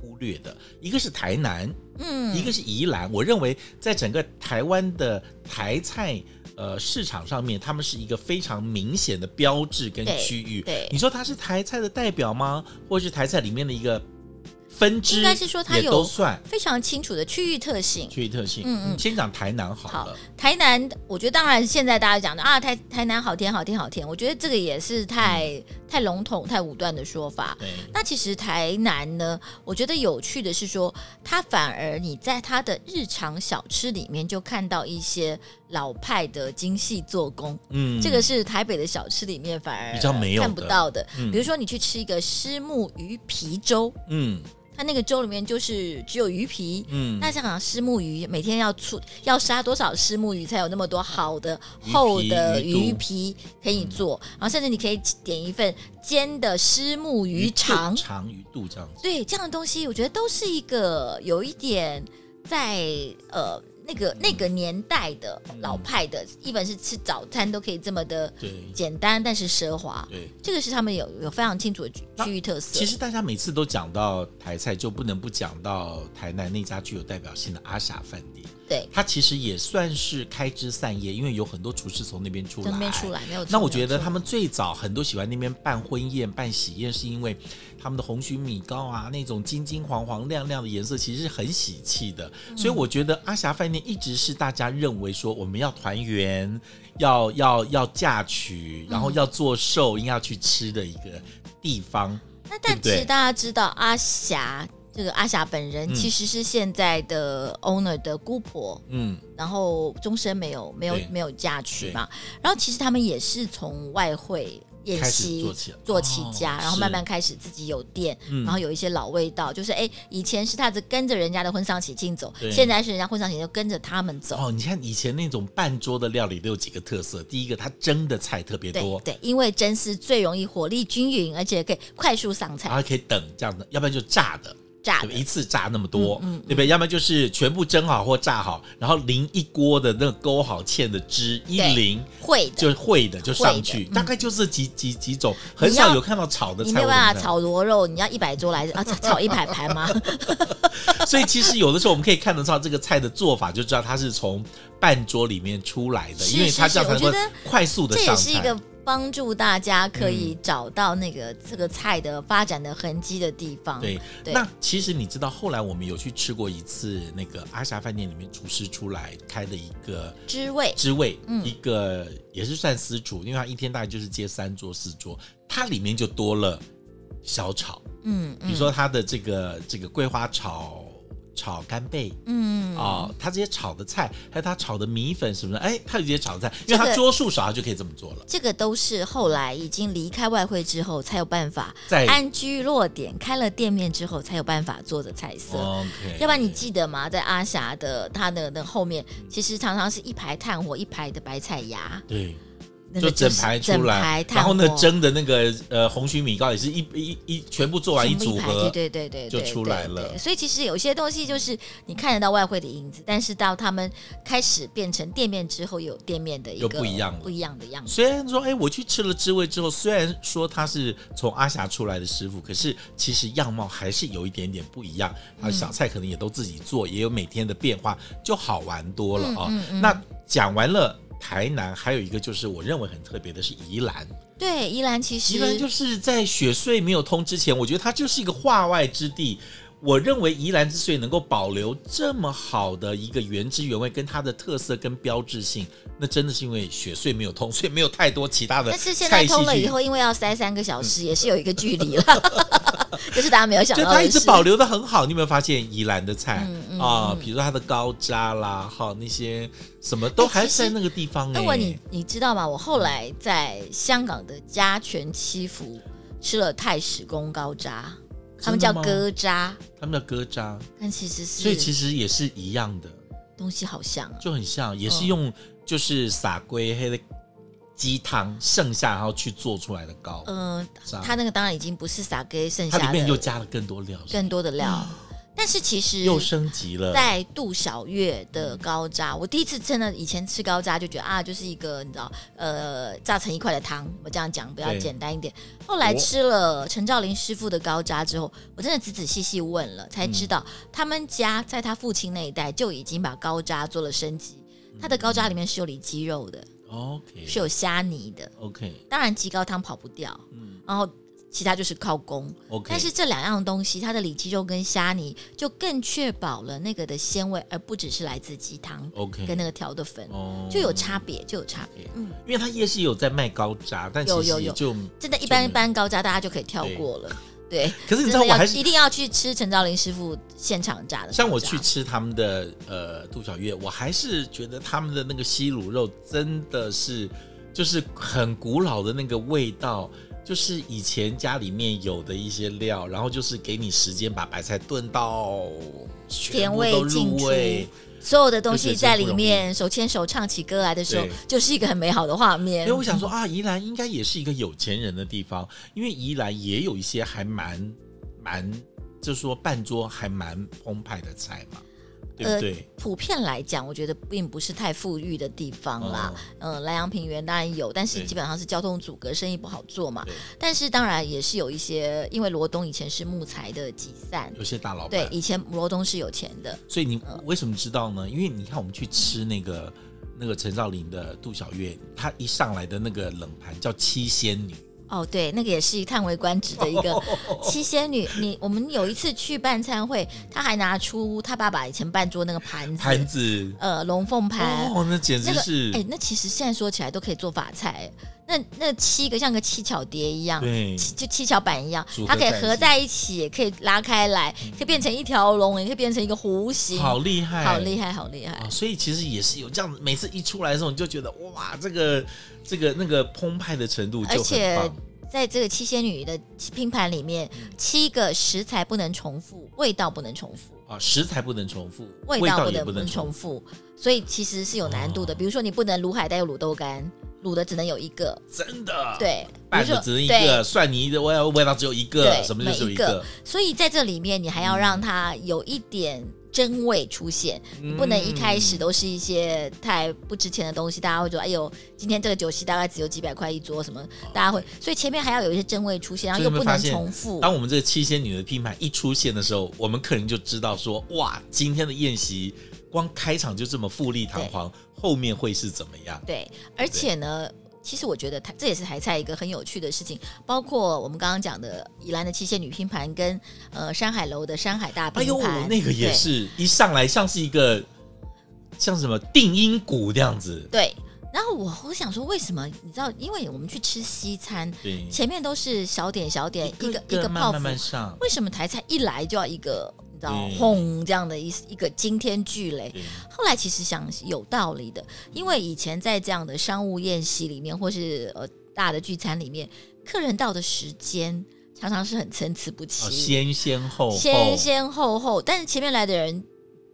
[SPEAKER 1] 忽略的，一个是台南，嗯，一个是宜兰。我认为在整个台湾的台菜呃市场上面，他们是一个非常明显的标志跟
[SPEAKER 2] 对
[SPEAKER 1] 区域。
[SPEAKER 2] 对
[SPEAKER 1] 你说它是台菜的代表吗？或者是台菜里面的一个分支？
[SPEAKER 2] 应该是说它
[SPEAKER 1] 也
[SPEAKER 2] 有
[SPEAKER 1] 都算。
[SPEAKER 2] 非常清楚的区域特性。
[SPEAKER 1] 区域特性。
[SPEAKER 2] 嗯嗯
[SPEAKER 1] 先讲台南好
[SPEAKER 2] 好
[SPEAKER 1] 了。，
[SPEAKER 2] 台南，我觉得当然现在大家讲的啊，台台南好甜好甜好甜，我觉得这个也是太、
[SPEAKER 1] 嗯
[SPEAKER 2] 太笼统、太武断的说法。
[SPEAKER 1] 对，
[SPEAKER 2] 那其实台南呢，我觉得有趣的是说，它反而你在它的日常小吃里面就看到一些老派的精细做工，
[SPEAKER 1] 嗯，
[SPEAKER 2] 这个是台北的小吃里面反而
[SPEAKER 1] 比较没有的
[SPEAKER 2] 看不到的。
[SPEAKER 1] 嗯
[SPEAKER 2] 比如说你去吃一个虱目鱼皮粥，
[SPEAKER 1] 嗯
[SPEAKER 2] 它那个粥里面就是只有鱼皮，
[SPEAKER 1] 嗯，
[SPEAKER 2] 那香港虱目鱼每天要出要杀多少虱目鱼才有那么多好的
[SPEAKER 1] 鱼皮
[SPEAKER 2] 厚的
[SPEAKER 1] 鱼肚嗯
[SPEAKER 2] 鱼皮可以做？然后甚至你可以点一份煎的虱目鱼
[SPEAKER 1] 肚
[SPEAKER 2] 肠，
[SPEAKER 1] 肠鱼肚这样子。
[SPEAKER 2] 对这样的东西，我觉得都是一个有一点在呃那个那个年代的老派的，一本是吃早餐都可以这么的
[SPEAKER 1] 对
[SPEAKER 2] 简单，但是奢华。
[SPEAKER 1] 对，
[SPEAKER 2] 这个是他们有有非常清楚的区
[SPEAKER 1] 那
[SPEAKER 2] 区域特色。
[SPEAKER 1] 其实大家每次都讲到台菜，就不能不讲到台南那家具有代表性的阿傻饭店。
[SPEAKER 2] 对，
[SPEAKER 1] 它其实也算是开枝散叶，因为有很多厨师从那边出来。
[SPEAKER 2] 从那边出来没有错。
[SPEAKER 1] 那我觉
[SPEAKER 2] 没有
[SPEAKER 1] 得
[SPEAKER 2] 错
[SPEAKER 1] 他们最早很多喜欢那边办婚宴、办喜宴，是因为他们的红曲米糕啊，那种金金黄黄亮亮的颜色，其实是很喜气的。
[SPEAKER 2] 嗯
[SPEAKER 1] 所以我觉得阿霞饭店一直是大家认为说我们要团圆、要要要嫁娶，然后要做寿，应该要去吃的一个地方。
[SPEAKER 2] 那
[SPEAKER 1] 对
[SPEAKER 2] 但
[SPEAKER 1] 不
[SPEAKER 2] 其
[SPEAKER 1] 对
[SPEAKER 2] 实大家知道阿霞这个阿霞本人
[SPEAKER 1] 嗯
[SPEAKER 2] 其实是现在的 owner 的姑婆，
[SPEAKER 1] 嗯，
[SPEAKER 2] 然后终身没有没有
[SPEAKER 1] 对
[SPEAKER 2] 没有嫁娶嘛。然后其实他们也是从外汇宴
[SPEAKER 1] 开始
[SPEAKER 2] 席
[SPEAKER 1] 做起来，
[SPEAKER 2] 做起家，
[SPEAKER 1] 哦
[SPEAKER 2] 然后慢慢，
[SPEAKER 1] 是
[SPEAKER 2] 开始自己有店，
[SPEAKER 1] 嗯
[SPEAKER 2] 然后有一些老味道，就是哎，以前是他子跟着人家的婚丧喜庆走
[SPEAKER 1] 对，
[SPEAKER 2] 现在是人家婚丧喜庆就跟着他们走。
[SPEAKER 1] 哦，你看以前那种半桌的料理都有几个特色，第一个它蒸的菜特别
[SPEAKER 2] 对
[SPEAKER 1] 多，
[SPEAKER 2] 对，因为真是最容易火力均匀，而且可以快速上
[SPEAKER 1] 然
[SPEAKER 2] 菜
[SPEAKER 1] 后可以等这样的，要不然就炸的。
[SPEAKER 2] 炸
[SPEAKER 1] 对
[SPEAKER 2] 的嗯
[SPEAKER 1] 不对？一次炸那么多，对不对？要么就是全部蒸好或炸好，然后淋一锅的那个勾好芡的汁，一
[SPEAKER 2] 对
[SPEAKER 1] 淋
[SPEAKER 2] 会的。
[SPEAKER 1] 就会的就上去，
[SPEAKER 2] 会的嗯
[SPEAKER 1] 大概就是几几几种，很少有看到炒的
[SPEAKER 2] 你
[SPEAKER 1] 菜。
[SPEAKER 2] 没有
[SPEAKER 1] 我怎么
[SPEAKER 2] 办法
[SPEAKER 1] 知道
[SPEAKER 2] 炒螺肉，你要一百桌来啊，炒炒一百盘吗？
[SPEAKER 1] 所以其实有的时候我们可以看得到这个菜的做法，就知道它是从半桌里面出来的，
[SPEAKER 2] 是
[SPEAKER 1] 因为它
[SPEAKER 2] 是
[SPEAKER 1] 这样才
[SPEAKER 2] 是我
[SPEAKER 1] 会
[SPEAKER 2] 觉得
[SPEAKER 1] 快速的
[SPEAKER 2] 这
[SPEAKER 1] 上
[SPEAKER 2] 也是一
[SPEAKER 1] 菜。嗯
[SPEAKER 2] 个帮助大家可以找到那个这个菜的发展的痕迹的地方。
[SPEAKER 1] 对，
[SPEAKER 2] 对
[SPEAKER 1] 那其实你知道，后来我们有去吃过一次那个阿霞饭店里面厨师出来开的一个
[SPEAKER 2] 滋味
[SPEAKER 1] 知味，
[SPEAKER 2] 嗯
[SPEAKER 1] 一个也是算私厨，因为他一天大概就是接三桌四桌，它里面就多了小炒，
[SPEAKER 2] 嗯
[SPEAKER 1] 比如
[SPEAKER 2] 嗯
[SPEAKER 1] 说它的这个这个桂花炒炒干贝。
[SPEAKER 2] 嗯，
[SPEAKER 1] 哦，他这些炒的菜，还有他炒的米粉什么的，哎，他有这些炒的菜，因为
[SPEAKER 2] 这
[SPEAKER 1] 他
[SPEAKER 2] 个
[SPEAKER 1] 桌数少，他就可以这么做了。
[SPEAKER 2] 这个都是后来已经离开外汇之后才有办法
[SPEAKER 1] 在
[SPEAKER 2] 安居落点，开了店面之后才有办法做的菜色。
[SPEAKER 1] OK，
[SPEAKER 2] 要不然你记得吗？在阿霞的她的那后面，
[SPEAKER 1] 嗯
[SPEAKER 2] 其实常常是一排炭火，一排的白菜芽，
[SPEAKER 1] 对，
[SPEAKER 2] 那
[SPEAKER 1] 就
[SPEAKER 2] 个
[SPEAKER 1] 整
[SPEAKER 2] 是
[SPEAKER 1] 排出
[SPEAKER 2] 整排
[SPEAKER 1] 来，
[SPEAKER 2] 炭
[SPEAKER 1] 然后
[SPEAKER 2] 火，
[SPEAKER 1] 呢，蒸的那个呃红曲米糕也是一一一全部做完一
[SPEAKER 2] 全部
[SPEAKER 1] 组
[SPEAKER 2] 排
[SPEAKER 1] 合，
[SPEAKER 2] 对对对对，
[SPEAKER 1] 就
[SPEAKER 2] 对
[SPEAKER 1] 出来
[SPEAKER 2] 对
[SPEAKER 1] 了
[SPEAKER 2] 对所以其实有些东西就是你看得到外汇的影子，但是到他们开始变成店面之后，有店面的一
[SPEAKER 1] 又
[SPEAKER 2] 个
[SPEAKER 1] 不一样了
[SPEAKER 2] 不一样的样子。
[SPEAKER 1] 虽然说，哎，我去吃了知味之后，虽然说他是从阿霞出来的师傅，可是其实样貌还是有一点点不一样。啊，小菜可能也都自己做，也有每天的变化，就好玩多了啊、
[SPEAKER 2] 嗯
[SPEAKER 1] 那讲完了台南，还有一个就是我认为很特别的是宜兰，
[SPEAKER 2] 对，宜兰其实
[SPEAKER 1] 宜兰就是在雪穗没有通之前，我觉得它就是一个化外之地。我认为宜兰之所以能够保留这么好的一个原汁原味，跟它的特色跟标志性，那真的是因为雪穗没有通， 所以没有太多其他的
[SPEAKER 2] 但是现
[SPEAKER 1] 菜
[SPEAKER 2] 在
[SPEAKER 1] 系
[SPEAKER 2] 通了
[SPEAKER 1] 去
[SPEAKER 2] 以，后，因为要塞三个小时，也是有一个距离了，呃这是嗯大家没有想
[SPEAKER 1] 就
[SPEAKER 2] 到
[SPEAKER 1] 它一
[SPEAKER 2] 的
[SPEAKER 1] 直
[SPEAKER 2] 事。
[SPEAKER 1] 保留的很好。你有没有发现宜兰的菜啊？比如说它的高渣啦，哈那些什么都
[SPEAKER 2] 哎
[SPEAKER 1] 还
[SPEAKER 2] 其
[SPEAKER 1] 在
[SPEAKER 2] 实
[SPEAKER 1] 那个地方
[SPEAKER 2] 那
[SPEAKER 1] 哎、
[SPEAKER 2] 我你你知道吗？我后来在香港的家全七福吃了太史公高渣，他们
[SPEAKER 1] 真
[SPEAKER 2] 叫
[SPEAKER 1] 的吗
[SPEAKER 2] 哥渣，
[SPEAKER 1] 他们叫哥渣，
[SPEAKER 2] 但其实是
[SPEAKER 1] 所以其实也是一样的。
[SPEAKER 2] 东西好像啊。
[SPEAKER 1] 就很像，也是用就是撒龟黑的鸡汤剩下，然后去做出来的糕，
[SPEAKER 2] 嗯、
[SPEAKER 1] 是啊
[SPEAKER 2] 它那个当然已经不是撒给剩
[SPEAKER 1] 它
[SPEAKER 2] 下
[SPEAKER 1] 里
[SPEAKER 2] 的
[SPEAKER 1] 面又加了更多料，
[SPEAKER 2] 更多的料，但是其实
[SPEAKER 1] 又升级了。
[SPEAKER 2] 在杜小月的高渣，我第一次真的以前吃高渣就觉得啊，就是一个你知道，呃，炸成一块的汤，我这样讲比较
[SPEAKER 1] 对
[SPEAKER 2] 简单一点。后来吃了陈兆林师傅的高渣之后，我真的仔仔细细问了，才知道、
[SPEAKER 1] 嗯
[SPEAKER 2] 他们家在他父亲那一代就已经把高渣做了升级。他的高渣里面是有里脊肉的，
[SPEAKER 1] 嗯 OK
[SPEAKER 2] 是有虾泥的，
[SPEAKER 1] OK
[SPEAKER 2] 当然鸡高汤跑不掉，然后其他就是靠功。
[SPEAKER 1] 嗯 OK，
[SPEAKER 2] 但是这两样东西，它的里脊肉跟虾泥就更确保了那个的鲜味，而不只是来自鸡汤
[SPEAKER 1] OK
[SPEAKER 2] 跟那个调的粉，
[SPEAKER 1] 嗯哦
[SPEAKER 2] 就有，差别，就有差别。嗯，
[SPEAKER 1] 因为它夜市有在卖高渣，但其
[SPEAKER 2] 有有
[SPEAKER 1] 实也
[SPEAKER 2] 有
[SPEAKER 1] 就。
[SPEAKER 2] 真的，一
[SPEAKER 1] 就没
[SPEAKER 2] 般
[SPEAKER 1] 有
[SPEAKER 2] 一般高渣大家就可以跳过了。对，
[SPEAKER 1] 可是你知
[SPEAKER 2] 真
[SPEAKER 1] 道，
[SPEAKER 2] 的
[SPEAKER 1] 我
[SPEAKER 2] 要
[SPEAKER 1] 还是
[SPEAKER 2] 一定要去吃陈兆林师傅现场炸的高渣。
[SPEAKER 1] 像我去吃他们的呃杜小月，我还是觉得他们的那个西卤肉真的是就是很古老的那个味道，就是以前家里面有的一些料，然后就是给你时间把白菜炖到全
[SPEAKER 2] 甜
[SPEAKER 1] 部
[SPEAKER 2] 味
[SPEAKER 1] 都
[SPEAKER 2] 进
[SPEAKER 1] 入
[SPEAKER 2] 出
[SPEAKER 1] 味。
[SPEAKER 2] 所有的东
[SPEAKER 1] 而
[SPEAKER 2] 西
[SPEAKER 1] 且
[SPEAKER 2] 在
[SPEAKER 1] 真不
[SPEAKER 2] 里
[SPEAKER 1] 容
[SPEAKER 2] 面手牵手唱起歌来的时候
[SPEAKER 1] 对，
[SPEAKER 2] 就是一个很美好的画面
[SPEAKER 1] 因为。我想说啊，宜兰应该也是一个有钱人的地方，因为宜兰也有一些还蛮蛮，就是说半桌还蛮澎湃的菜嘛，对不
[SPEAKER 2] 呃
[SPEAKER 1] 对？
[SPEAKER 2] 普遍来讲，我觉得并不是太富裕的地方啦
[SPEAKER 1] 哦。
[SPEAKER 2] 嗯、莱阳平原当然有，但是
[SPEAKER 1] 对
[SPEAKER 2] 基本上是交通阻隔，生意不好做嘛
[SPEAKER 1] 对。
[SPEAKER 2] 但是当然也是有一些，因为罗东以前是木材的集散，
[SPEAKER 1] 有些大老板
[SPEAKER 2] 对，以前罗东是有钱的，
[SPEAKER 1] 所以你为什么知道呢？因为你看我们去吃那个那个陈兆林的杜小月，她一上来的那个冷盘叫七仙女，
[SPEAKER 2] 哦，对，那个也是叹为观止的一 个七仙女。你我们有一次去办餐会，她还拿出她爸爸以前办桌那个盘子，
[SPEAKER 1] 盘子
[SPEAKER 2] 呃，龙凤盘，
[SPEAKER 1] 哦，那简直
[SPEAKER 2] 那个哎
[SPEAKER 1] 是、
[SPEAKER 2] 哎、那其实现在说起来都可以做法菜，那那七个像个七巧碟一样，
[SPEAKER 1] 对，
[SPEAKER 2] 七就七巧板一样
[SPEAKER 1] 嗯组，合
[SPEAKER 2] 它可以
[SPEAKER 1] 在一
[SPEAKER 2] 合
[SPEAKER 1] 起
[SPEAKER 2] 在一起，也可以拉开来，可以变成一条龙，也可以变成一个弧形，
[SPEAKER 1] 好厉害，
[SPEAKER 2] 好厉害，好厉害
[SPEAKER 1] 啊！所以其实也是有这样，每次一出来的时候，你就觉得哇，这个这个那个澎湃的程度就
[SPEAKER 2] 而
[SPEAKER 1] 很
[SPEAKER 2] 且
[SPEAKER 1] 棒。
[SPEAKER 2] 在这个七仙女的拼盘里面，
[SPEAKER 1] 嗯
[SPEAKER 2] 七个食材不能重复，味道不能重复。
[SPEAKER 1] 啊，食材不能重复，
[SPEAKER 2] 味
[SPEAKER 1] 道
[SPEAKER 2] 道不
[SPEAKER 1] 也
[SPEAKER 2] 能
[SPEAKER 1] 不能
[SPEAKER 2] 重
[SPEAKER 1] 复。
[SPEAKER 2] 复，所以其实是有难度的。
[SPEAKER 1] 哦
[SPEAKER 2] 比如说，你不能卤海带有卤豆干，卤的只能有一个，
[SPEAKER 1] 真的，，
[SPEAKER 2] 对，比如
[SPEAKER 1] 拌
[SPEAKER 2] 说
[SPEAKER 1] 的只能一
[SPEAKER 2] 对
[SPEAKER 1] 啊个，蒜泥的味道味道只有一个，
[SPEAKER 2] 对
[SPEAKER 1] 什么就只有
[SPEAKER 2] 每一
[SPEAKER 1] 个
[SPEAKER 2] 个，所以在这里面，你还要
[SPEAKER 1] 嗯
[SPEAKER 2] 让它有一点真味出现，你不能一开始都是一些太不值钱的东西，大家会觉得哎呦，今天这个酒席大概只有几百块一桌，什么大家会，所以前面还要有一些真味出现，然后
[SPEAKER 1] 哦所以
[SPEAKER 2] 又
[SPEAKER 1] 你们
[SPEAKER 2] 不
[SPEAKER 1] 发
[SPEAKER 2] 能
[SPEAKER 1] 现
[SPEAKER 2] 重复。
[SPEAKER 1] 当我们这个七仙女的拼盘一出现的时候，我们客人就知道说，哇，今天的宴席光开场就这么富丽堂皇，后面会是怎么样？
[SPEAKER 2] 对，而且呢，其实我觉得台这也是台菜一个很有趣的事情，包括我们刚刚讲的宜兰的七仙女拼盘跟呃山海楼的山海大
[SPEAKER 1] 哎
[SPEAKER 2] 拼
[SPEAKER 1] 呦
[SPEAKER 2] 盘，，
[SPEAKER 1] 那个也
[SPEAKER 2] 对
[SPEAKER 1] 是一上来像是一个像什么定音鼓那样子，
[SPEAKER 2] 对。然后我我想说，为什么你知道？因为我们去吃西餐，
[SPEAKER 1] 对，
[SPEAKER 2] 前面都是小点小点，一个一个
[SPEAKER 1] 慢
[SPEAKER 2] 泡
[SPEAKER 1] 慢
[SPEAKER 2] 芙
[SPEAKER 1] 慢，上，
[SPEAKER 2] 为什么台菜一来就要一个？你知道
[SPEAKER 1] 对
[SPEAKER 2] 轰这样的一一个惊天巨雷，
[SPEAKER 1] 对，哦
[SPEAKER 2] 后来其实想有道理的，因为以前在这样的商务宴席里面，或是呃大的聚餐里面，客人到的时间常常是很参差不
[SPEAKER 1] 哦
[SPEAKER 2] 齐，
[SPEAKER 1] 先先后后，
[SPEAKER 2] 先先后后，但是前面来的人。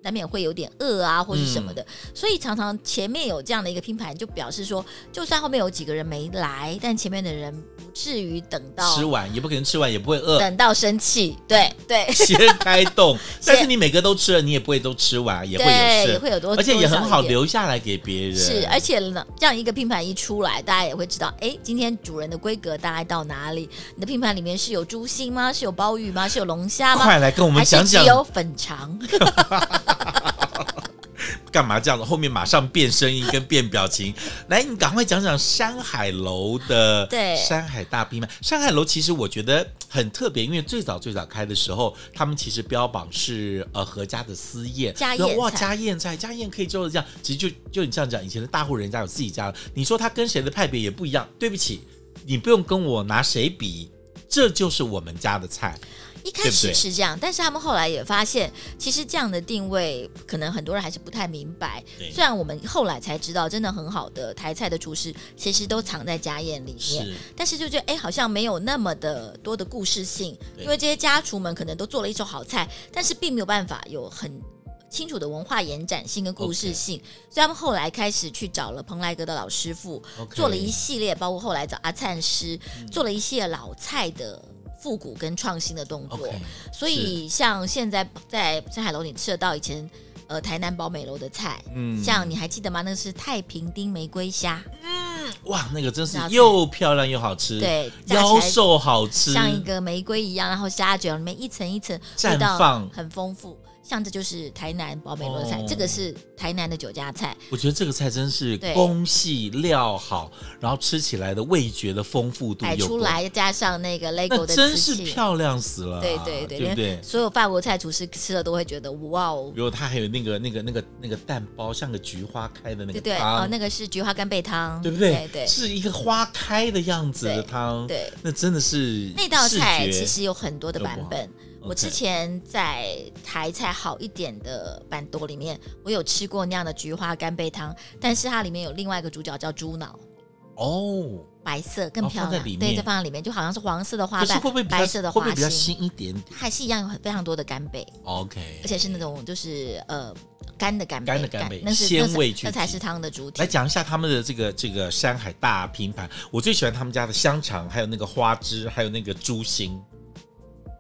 [SPEAKER 2] 难免会有点饿啊，或是什么的，
[SPEAKER 1] 嗯
[SPEAKER 2] 所以常常前面有这样的一个拼盘，就表示说，就算后面有几个人没来，但前面的人不至于等
[SPEAKER 1] 吃
[SPEAKER 2] 到
[SPEAKER 1] 完也不可能吃完也不会饿，
[SPEAKER 2] 等到生气，对对
[SPEAKER 1] 先开 动。但是你每个都吃了，你也不会都吃完，也会
[SPEAKER 2] 对，也
[SPEAKER 1] 有
[SPEAKER 2] 会
[SPEAKER 1] 剩，
[SPEAKER 2] 有多，
[SPEAKER 1] 而且也
[SPEAKER 2] 多少
[SPEAKER 1] 很
[SPEAKER 2] 一
[SPEAKER 1] 好
[SPEAKER 2] 点
[SPEAKER 1] 留下来给别人。
[SPEAKER 2] 是，而且呢，这样一个拼盘一出来，大家也会知道，哎，今天主人的规格大概到哪里？你的拼盘里面是有猪心吗？是有鲍鱼吗？是有龙虾吗？
[SPEAKER 1] 快来 跟我们
[SPEAKER 2] 还是
[SPEAKER 1] 讲
[SPEAKER 2] 只
[SPEAKER 1] 讲
[SPEAKER 2] 有粉肠？
[SPEAKER 1] 干嘛这样子？后面马上变声音跟变表 情。来，你赶快讲讲山海楼的
[SPEAKER 2] 对
[SPEAKER 1] 山海大兵嘛。山海楼其实我觉得很特别，因为最早最早开的时候，他们其实标榜是呃何家的私宴，
[SPEAKER 2] 家
[SPEAKER 1] 说
[SPEAKER 2] 宴
[SPEAKER 1] 哇
[SPEAKER 2] 菜
[SPEAKER 1] 家宴菜，家宴可以做的这样。其实就就你这样讲，以前的大户人家有自己家的，你说他跟谁的派别也不一样。对不起，你不用跟我拿谁比。这就是我们家的菜，
[SPEAKER 2] 一开
[SPEAKER 1] 对
[SPEAKER 2] 始
[SPEAKER 1] 不对
[SPEAKER 2] 是这样，但是他们后来也发现，其实这样的定位，可能很多人还是不太明白
[SPEAKER 1] 对。
[SPEAKER 2] 虽然我们后来才知道，真的很好的台菜的厨师，其实都藏在家宴里面。但是就觉得哎、诶好像没有那么的多的故事性，
[SPEAKER 1] 对
[SPEAKER 2] 因为这些家厨们可能都做了一手好菜，但是并没有办法有很清楚的文化延展性跟故事性所以他们后来开始去找了蓬莱阁的老师傅
[SPEAKER 1] OK
[SPEAKER 2] 做了一系列，包括后来找阿灿师、
[SPEAKER 1] 嗯
[SPEAKER 2] 做了一系列老菜的。复古跟创新的动作
[SPEAKER 1] OK，
[SPEAKER 2] 所以像现在在山海楼你吃得到以前呃台南宝美楼的菜，
[SPEAKER 1] 嗯
[SPEAKER 2] 像你还记得吗？那是太平町玫瑰虾，
[SPEAKER 1] 哇，那个真是
[SPEAKER 2] 那菜
[SPEAKER 1] 又漂亮又好吃，，
[SPEAKER 2] 对，炸起
[SPEAKER 1] 妖
[SPEAKER 2] 来
[SPEAKER 1] 兽好吃，
[SPEAKER 2] 像一个玫瑰一样，然后虾卷里面一层一层，
[SPEAKER 1] 绽
[SPEAKER 2] 味道
[SPEAKER 1] 放
[SPEAKER 2] 很丰富。像这就是台南宝美罗菜，
[SPEAKER 1] 哦
[SPEAKER 2] 这个是台南的酒家菜，
[SPEAKER 1] 我觉得这个菜真是
[SPEAKER 2] 对
[SPEAKER 1] 工细料好，然后吃起来的味觉的丰富度
[SPEAKER 2] 摆
[SPEAKER 1] 又
[SPEAKER 2] 哎出
[SPEAKER 1] 够，
[SPEAKER 2] 来加上那个 LEGO
[SPEAKER 1] 那
[SPEAKER 2] 的
[SPEAKER 1] 真
[SPEAKER 2] 瓷
[SPEAKER 1] 是
[SPEAKER 2] 器，
[SPEAKER 1] 漂亮死了啊、
[SPEAKER 2] 对对对，
[SPEAKER 1] 对不对
[SPEAKER 2] 连？所有法国菜厨师吃了都会觉得哇哦，
[SPEAKER 1] 如果它还有那个那个那个那个蛋包，像个菊花开的那
[SPEAKER 2] 对
[SPEAKER 1] 个
[SPEAKER 2] 对
[SPEAKER 1] 汤，
[SPEAKER 2] 哦，那个是菊花干贝汤，
[SPEAKER 1] 啊对不
[SPEAKER 2] 对
[SPEAKER 1] 对？
[SPEAKER 2] 对
[SPEAKER 1] 是一个花开的样子的
[SPEAKER 2] 对
[SPEAKER 1] 汤，
[SPEAKER 2] 对
[SPEAKER 1] 那真的是
[SPEAKER 2] 那道菜
[SPEAKER 1] 视觉
[SPEAKER 2] 其实有很多的版本。
[SPEAKER 1] 哇
[SPEAKER 2] 我
[SPEAKER 1] OK
[SPEAKER 2] 之前在台菜好一点的版多里面，我有吃过那样的菊花干贝汤，但是它里面有另外一个主角叫猪脑，
[SPEAKER 1] 哦，
[SPEAKER 2] 白色更
[SPEAKER 1] 哦
[SPEAKER 2] 漂
[SPEAKER 1] 放在
[SPEAKER 2] 亮，
[SPEAKER 1] 里
[SPEAKER 2] 对，
[SPEAKER 1] 面
[SPEAKER 2] 就放在里面，就好像是黄色的花
[SPEAKER 1] 可是
[SPEAKER 2] 瓣，
[SPEAKER 1] 会不会比较
[SPEAKER 2] 白色的
[SPEAKER 1] 会不会
[SPEAKER 2] 花
[SPEAKER 1] 比较
[SPEAKER 2] 心，
[SPEAKER 1] 新一点点
[SPEAKER 2] 它还是一样有很非常多的干贝，
[SPEAKER 1] ？OK，
[SPEAKER 2] 而且是那种就是呃干的干贝，
[SPEAKER 1] 干的干贝
[SPEAKER 2] 那是
[SPEAKER 1] 鲜
[SPEAKER 2] 那是
[SPEAKER 1] 味俱
[SPEAKER 2] 那才
[SPEAKER 1] 进
[SPEAKER 2] 是汤的主体
[SPEAKER 1] 来。讲一下他们的这个这个山海大拼盘，我最喜欢他们家的香肠，还有那个花枝，还有那个猪心。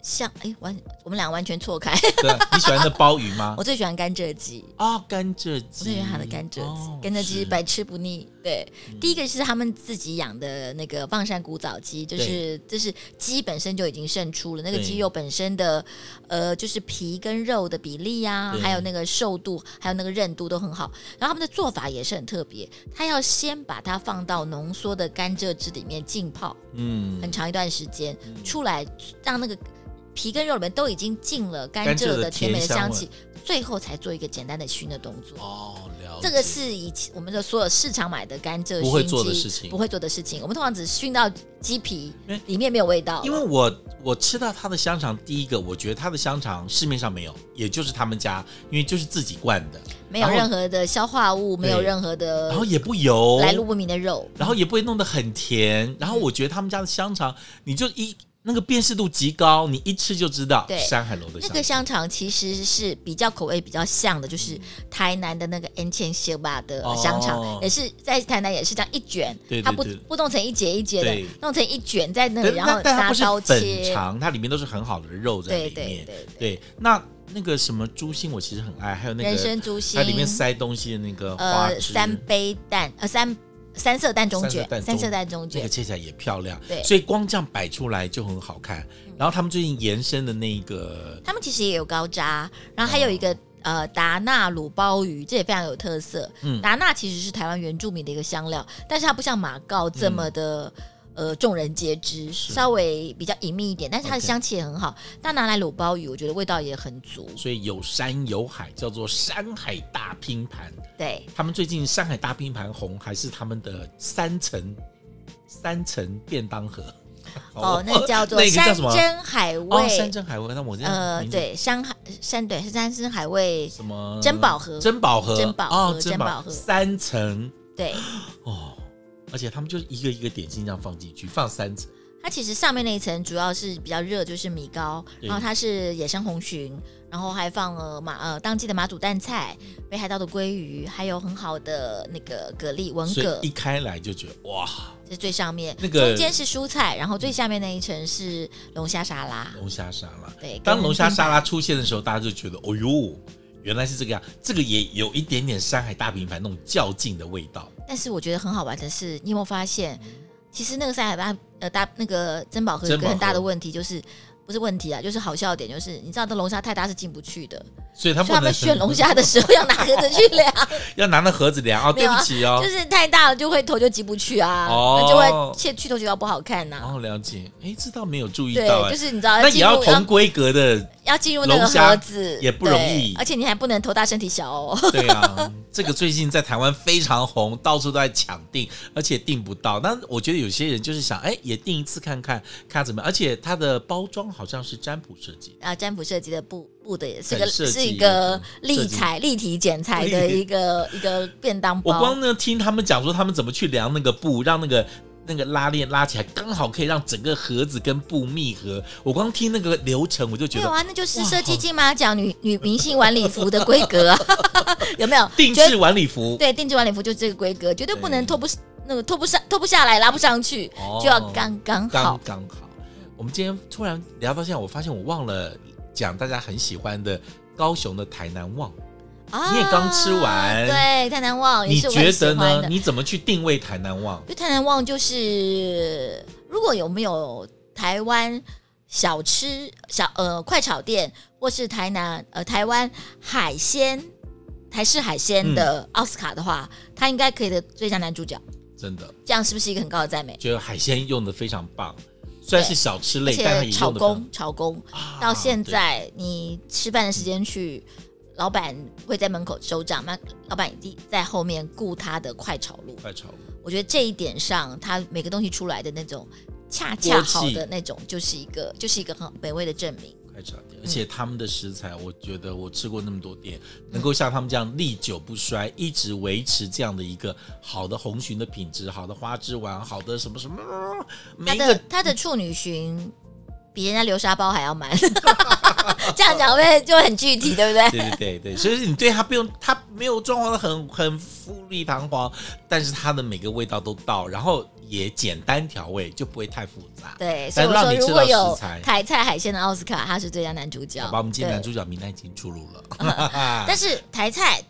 [SPEAKER 2] 像哎完，我们俩完全错开。
[SPEAKER 1] 对，你喜欢的鲍鱼吗
[SPEAKER 2] 我？最喜欢甘蔗鸡，
[SPEAKER 1] 啊，甘蔗鸡，
[SPEAKER 2] 我最喜欢它的甘蔗鸡，
[SPEAKER 1] 哦
[SPEAKER 2] 甘蔗鸡
[SPEAKER 1] 是
[SPEAKER 2] 百吃不腻。对，第一个是他们自己养的那个棒山古早鸡，就是就是鸡本身就已经胜出了，那个
[SPEAKER 1] 对
[SPEAKER 2] 鸡肉本身的呃就是皮跟肉的比例呀、
[SPEAKER 1] 对
[SPEAKER 2] 还有那个瘦度，还有那个韧度都很好。然后他们的做法也是很特别，他要先把它放到浓缩的甘蔗汁里面浸泡
[SPEAKER 1] 嗯，
[SPEAKER 2] 很长一段时间，出来让那个。皮跟肉里面都已经进了甘
[SPEAKER 1] 甘蔗
[SPEAKER 2] 蔗
[SPEAKER 1] 的
[SPEAKER 2] 的甜美的
[SPEAKER 1] 甜香
[SPEAKER 2] 香
[SPEAKER 1] 味
[SPEAKER 2] 气，最后才做一个简单的熏的动作。
[SPEAKER 1] 哦，了解
[SPEAKER 2] 这个是以前我们的所有市场买的甘蔗
[SPEAKER 1] 不会
[SPEAKER 2] 熏
[SPEAKER 1] 做的
[SPEAKER 2] 鸡
[SPEAKER 1] 事情
[SPEAKER 2] 不会做的事情。我们通常只熏到鸡皮
[SPEAKER 1] 因为，
[SPEAKER 2] 里面没有味道了。
[SPEAKER 1] 因为我我吃到他的香肠，第一个我觉得他的香肠市面上没有，也就是他们家，因为就是自己灌的，
[SPEAKER 2] 没有
[SPEAKER 1] 然后
[SPEAKER 2] 任何的消化物，没有任何的
[SPEAKER 1] 然后也不油，
[SPEAKER 2] 来路不明的肉。
[SPEAKER 1] 然后也不会弄得很甜。然后我觉得他们家的香肠，你就一那个辨识度极高，你一吃就知道
[SPEAKER 2] 对
[SPEAKER 1] 山海楼的
[SPEAKER 2] 那
[SPEAKER 1] 香
[SPEAKER 2] 个
[SPEAKER 1] 肠。
[SPEAKER 2] 香肠其实是比较口味比较像的，就是台南的那个 N 千蟹吧的
[SPEAKER 1] 嗯哦
[SPEAKER 2] 香肠，也是在台南也是这样一卷，
[SPEAKER 1] 对对
[SPEAKER 2] 它不
[SPEAKER 1] 对
[SPEAKER 2] 不弄成一节一节的
[SPEAKER 1] 对，
[SPEAKER 2] 弄成一卷在那
[SPEAKER 1] 对
[SPEAKER 2] 里，嗯然
[SPEAKER 1] 但
[SPEAKER 2] 后
[SPEAKER 1] 但它
[SPEAKER 2] 拿
[SPEAKER 1] 不是
[SPEAKER 2] 刀
[SPEAKER 1] 粉
[SPEAKER 2] 切。
[SPEAKER 1] 肠，它里面都是很好的肉在里
[SPEAKER 2] 对
[SPEAKER 1] 面。
[SPEAKER 2] 对对对，
[SPEAKER 1] 对那那个什么猪心，我其实很爱，还有那
[SPEAKER 2] 人
[SPEAKER 1] 个
[SPEAKER 2] 参猪心
[SPEAKER 1] 它，里面塞东西的那个花
[SPEAKER 2] 呃
[SPEAKER 1] 枝，
[SPEAKER 2] 三杯蛋，呃三三色蛋中
[SPEAKER 1] 三色
[SPEAKER 2] 卷
[SPEAKER 1] 蛋，中
[SPEAKER 2] 三色蛋中
[SPEAKER 1] 那个
[SPEAKER 2] 卷，
[SPEAKER 1] 切起来也漂亮，
[SPEAKER 2] 对嗯
[SPEAKER 1] 所以光这样摆出来就很好看。然后他们最近延伸的那个，
[SPEAKER 2] 他们其实也有高渣，然后还有一个、呃达纳卤鲍鱼，这也非常有特色。
[SPEAKER 1] 嗯
[SPEAKER 2] 达纳其实是台湾原住民的一个香料，但是它不像马告这么的。
[SPEAKER 1] 嗯
[SPEAKER 2] 呃，众人皆知，稍微比较隐秘一点，但是它的
[SPEAKER 1] OK
[SPEAKER 2] 香气也很好。但拿来卤鲍鱼，我觉得味道也很足。
[SPEAKER 1] 所以有山有海，叫做山海大拼盘。
[SPEAKER 2] 对，
[SPEAKER 1] 他们最近山海大拼盘红，还是他们的三层三层便当盒。
[SPEAKER 2] 哦，那 叫做
[SPEAKER 1] 那个叫
[SPEAKER 2] 山
[SPEAKER 1] 什么？
[SPEAKER 2] 珍海味。
[SPEAKER 1] 哦，山珍海味。那我这样
[SPEAKER 2] 呃，
[SPEAKER 1] 名字
[SPEAKER 2] 对，山海山对山珍海味，
[SPEAKER 1] 什么
[SPEAKER 2] 珍宝盒
[SPEAKER 1] 嗯珍宝盒，
[SPEAKER 2] 珍宝盒
[SPEAKER 1] 哦，
[SPEAKER 2] 珍
[SPEAKER 1] 珍
[SPEAKER 2] 宝
[SPEAKER 1] 宝
[SPEAKER 2] 盒
[SPEAKER 1] 三层
[SPEAKER 2] 对，
[SPEAKER 1] 哦，而且他们就是一个一个点心这样放进去，放三层。
[SPEAKER 2] 它其实上面那一层主要是比较热，就是米糕，
[SPEAKER 1] 对
[SPEAKER 2] 然后它是野生红鲟，然后还放了马呃当季的马祖蛋菜、北海道的鲑鱼，还有很好的那个蛤蜊文
[SPEAKER 1] 所
[SPEAKER 2] 蛤
[SPEAKER 1] 以一，开来就觉得哇，
[SPEAKER 2] 这是最上面。
[SPEAKER 1] 那个
[SPEAKER 2] 中间是蔬菜，然后最下面那一层是龙虾沙拉。
[SPEAKER 1] 龙虾沙拉。
[SPEAKER 2] 对，
[SPEAKER 1] 当
[SPEAKER 2] 跟
[SPEAKER 1] 龙虾沙拉出现的时候，大家就觉得哦呦，原来是这个样。这个也有一点点山海大平盘那种较劲的味道。
[SPEAKER 2] 但是我觉得很好玩的是，你有没有发现，其实那个山海大呃大那个珍宝盒有一
[SPEAKER 1] 珍
[SPEAKER 2] 个
[SPEAKER 1] 宝
[SPEAKER 2] 很大的
[SPEAKER 1] 盒
[SPEAKER 2] 问题就是。不是问题啊，就是好笑的点，就是你知道，这龙虾太大是进不去的，
[SPEAKER 1] 所以他
[SPEAKER 2] 所以
[SPEAKER 1] 不
[SPEAKER 2] 他
[SPEAKER 1] 能
[SPEAKER 2] 们选龙虾的时候要拿盒子去量。
[SPEAKER 1] 要拿那盒子量哦，
[SPEAKER 2] 没
[SPEAKER 1] 对
[SPEAKER 2] 有啊
[SPEAKER 1] 不起哦
[SPEAKER 2] 就。是太大了就会头就挤不去啊，
[SPEAKER 1] 哦
[SPEAKER 2] 那就会切去头就要不好看呐、
[SPEAKER 1] 哦，了解。哎，这倒没有注意
[SPEAKER 2] 对
[SPEAKER 1] 到，哎、
[SPEAKER 2] 就是你知道
[SPEAKER 1] 那也
[SPEAKER 2] 进
[SPEAKER 1] 要
[SPEAKER 2] 入
[SPEAKER 1] 同规格的，
[SPEAKER 2] 要要进入那个
[SPEAKER 1] 龙虾
[SPEAKER 2] 盒子
[SPEAKER 1] 也不容易
[SPEAKER 2] 对而且你还不能头大身体小哦。
[SPEAKER 1] 对啊。这个最近在台湾非常红，到处都在抢订，而且订不到。那我觉得有些人就是想，哎，也订一次看看，看怎么样。而且它的包装好像是占卜设计，
[SPEAKER 2] 啊，占卜设计的布布的也是个
[SPEAKER 1] 很设计
[SPEAKER 2] 是一个
[SPEAKER 1] 嗯
[SPEAKER 2] 立裁立体剪裁的一个一个便当
[SPEAKER 1] 我
[SPEAKER 2] 包
[SPEAKER 1] 光，呢听他们讲说他们怎么去量那个布，让那个那个拉链拉起来，刚好可以让整个盒子跟布密合。我光听那个流程，我就觉
[SPEAKER 2] 没有
[SPEAKER 1] 得
[SPEAKER 2] 啊，那就是
[SPEAKER 1] 哇
[SPEAKER 2] 设计金马奖女女明星晚礼服的规格 啊，有没有？
[SPEAKER 1] 定
[SPEAKER 2] 绝
[SPEAKER 1] 制晚礼服。
[SPEAKER 2] 对定制晚礼服就是这个规格，绝对不能
[SPEAKER 1] 对
[SPEAKER 2] 脱不那个脱不上脱不下来拉不上去，
[SPEAKER 1] 哦
[SPEAKER 2] 就要刚刚好
[SPEAKER 1] 刚。刚好。我们今天突然聊到现在，我发现我忘了讲大家很喜欢的高雄的台南旺，
[SPEAKER 2] 啊
[SPEAKER 1] 你也刚吃完
[SPEAKER 2] 对，太难忘哦也
[SPEAKER 1] 你
[SPEAKER 2] 是我很
[SPEAKER 1] 觉
[SPEAKER 2] 喜
[SPEAKER 1] 得
[SPEAKER 2] 欢
[SPEAKER 1] 呢？
[SPEAKER 2] 的。
[SPEAKER 1] 你怎么去定位台南旺？
[SPEAKER 2] 就太难忘就是，如果有没有台湾小吃小呃快炒店，或是台南呃台湾海鲜台式海鲜
[SPEAKER 1] 嗯
[SPEAKER 2] 的奥斯卡的话，他应该可以的最佳男主角，
[SPEAKER 1] 真的
[SPEAKER 2] 这样是不是一个很高的赞美？
[SPEAKER 1] 觉得海鲜用的非常棒，虽然是小吃
[SPEAKER 2] 而
[SPEAKER 1] 类，但它
[SPEAKER 2] 且
[SPEAKER 1] 也
[SPEAKER 2] 炒
[SPEAKER 1] 用的
[SPEAKER 2] 工炒工
[SPEAKER 1] 啊
[SPEAKER 2] 到现在，你吃饭的时间去。老板会在门口收账，那老板一定在后面雇他的快炒路
[SPEAKER 1] 对。快炒
[SPEAKER 2] 我觉得这一点上，它每个东西出来的那种恰恰好的那种，就是一个就是一个很美味的证明。
[SPEAKER 1] 快炒店，而且他们的食材，我觉得我吃过那么多店，能够像他们这样历久不衰，一直维持这样的一个好的红鲟的品质，好的花枝丸，好的什么什么，每
[SPEAKER 2] 它
[SPEAKER 1] 一个
[SPEAKER 2] 的它的处女裙比人家流沙包还 要满，这样讲会就很具体，对不对？
[SPEAKER 1] 对对对对，所以你对它不用，它没有装潢的很很富丽堂皇，但是它的每个味道都到，然后也简单调味，就不会太复杂。
[SPEAKER 2] 对，所
[SPEAKER 1] 但
[SPEAKER 2] 以我
[SPEAKER 1] 让
[SPEAKER 2] 说
[SPEAKER 1] 你
[SPEAKER 2] 如
[SPEAKER 1] 吃到
[SPEAKER 2] 果有
[SPEAKER 1] 食材。
[SPEAKER 2] 台菜海鲜的奥斯卡，他是最佳男主角
[SPEAKER 1] 好。吧，我们今天男
[SPEAKER 2] 对
[SPEAKER 1] 主角名单已经出炉了，
[SPEAKER 2] 但是台菜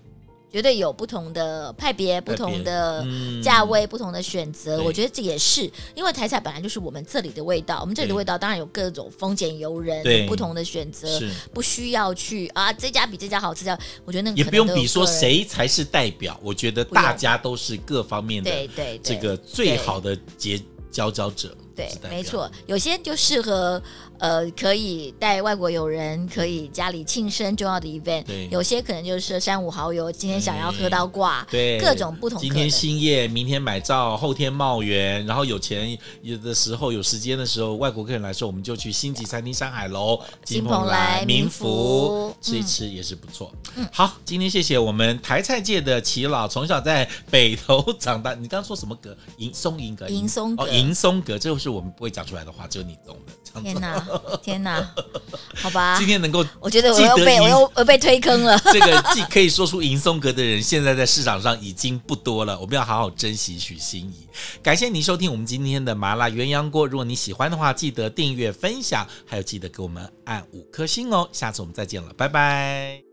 [SPEAKER 2] 绝对有不同的派别、不同的
[SPEAKER 1] 嗯
[SPEAKER 2] 价位、不同的选择。
[SPEAKER 1] 对
[SPEAKER 2] 我觉得这也是因为台菜本来就是我们这里的味道，我们这里的
[SPEAKER 1] 对
[SPEAKER 2] 味道当然有各种丰俭由人
[SPEAKER 1] 对、
[SPEAKER 2] 不同的选择，
[SPEAKER 1] 是
[SPEAKER 2] 不需要去啊这家比这家好吃。这家我觉得那个
[SPEAKER 1] 也
[SPEAKER 2] 可
[SPEAKER 1] 不
[SPEAKER 2] 能
[SPEAKER 1] 用
[SPEAKER 2] 都有
[SPEAKER 1] 比说
[SPEAKER 2] 个人，
[SPEAKER 1] 谁才是代表，我觉得
[SPEAKER 2] 不用
[SPEAKER 1] 大家都是各方面的
[SPEAKER 2] 对对对
[SPEAKER 1] 这个
[SPEAKER 2] 对
[SPEAKER 1] 最好的结佼佼者。
[SPEAKER 2] 对
[SPEAKER 1] 是，代表
[SPEAKER 2] 没错，有些就适合呃，可以带外国友人，可以家里庆生重要的 event，
[SPEAKER 1] 对
[SPEAKER 2] 有些可能就是三五好友，今天想要喝到挂，
[SPEAKER 1] 对，
[SPEAKER 2] 各种不同
[SPEAKER 1] 今
[SPEAKER 2] 可
[SPEAKER 1] 天
[SPEAKER 2] 能。
[SPEAKER 1] 兴业，明天买照，后天茂园，然后有钱有的时候有时间的时候，外国客人来说，我们就去星级餐厅山海楼、
[SPEAKER 2] 金
[SPEAKER 1] 鹏
[SPEAKER 2] 鹏来
[SPEAKER 1] 民
[SPEAKER 2] 民
[SPEAKER 1] 福
[SPEAKER 2] 福嗯
[SPEAKER 1] 吃一吃也是不错。好，今天谢谢我们台菜界的耆老，从小在北投长大。你刚刚说什么阁？银松银阁，
[SPEAKER 2] 银松阁
[SPEAKER 1] 哦，银松阁，这就是我们不会讲出来的话，只有你懂的。这样子
[SPEAKER 2] 天哪，天哪， 好吧
[SPEAKER 1] 今，天能够
[SPEAKER 2] 啊我觉得我
[SPEAKER 1] 记
[SPEAKER 2] 又
[SPEAKER 1] 得
[SPEAKER 2] 被
[SPEAKER 1] 银
[SPEAKER 2] 我又我又被推坑了。
[SPEAKER 1] 这个既可以说出银松阁的人，现在在市场上已经不多了。我们要好好珍惜许心怡。感谢您收听我们今天的麻辣鸳鸯锅。如果你喜欢的话，记得订阅、分享，还有记得给我们按五颗星哦。下次我们再见了，拜拜。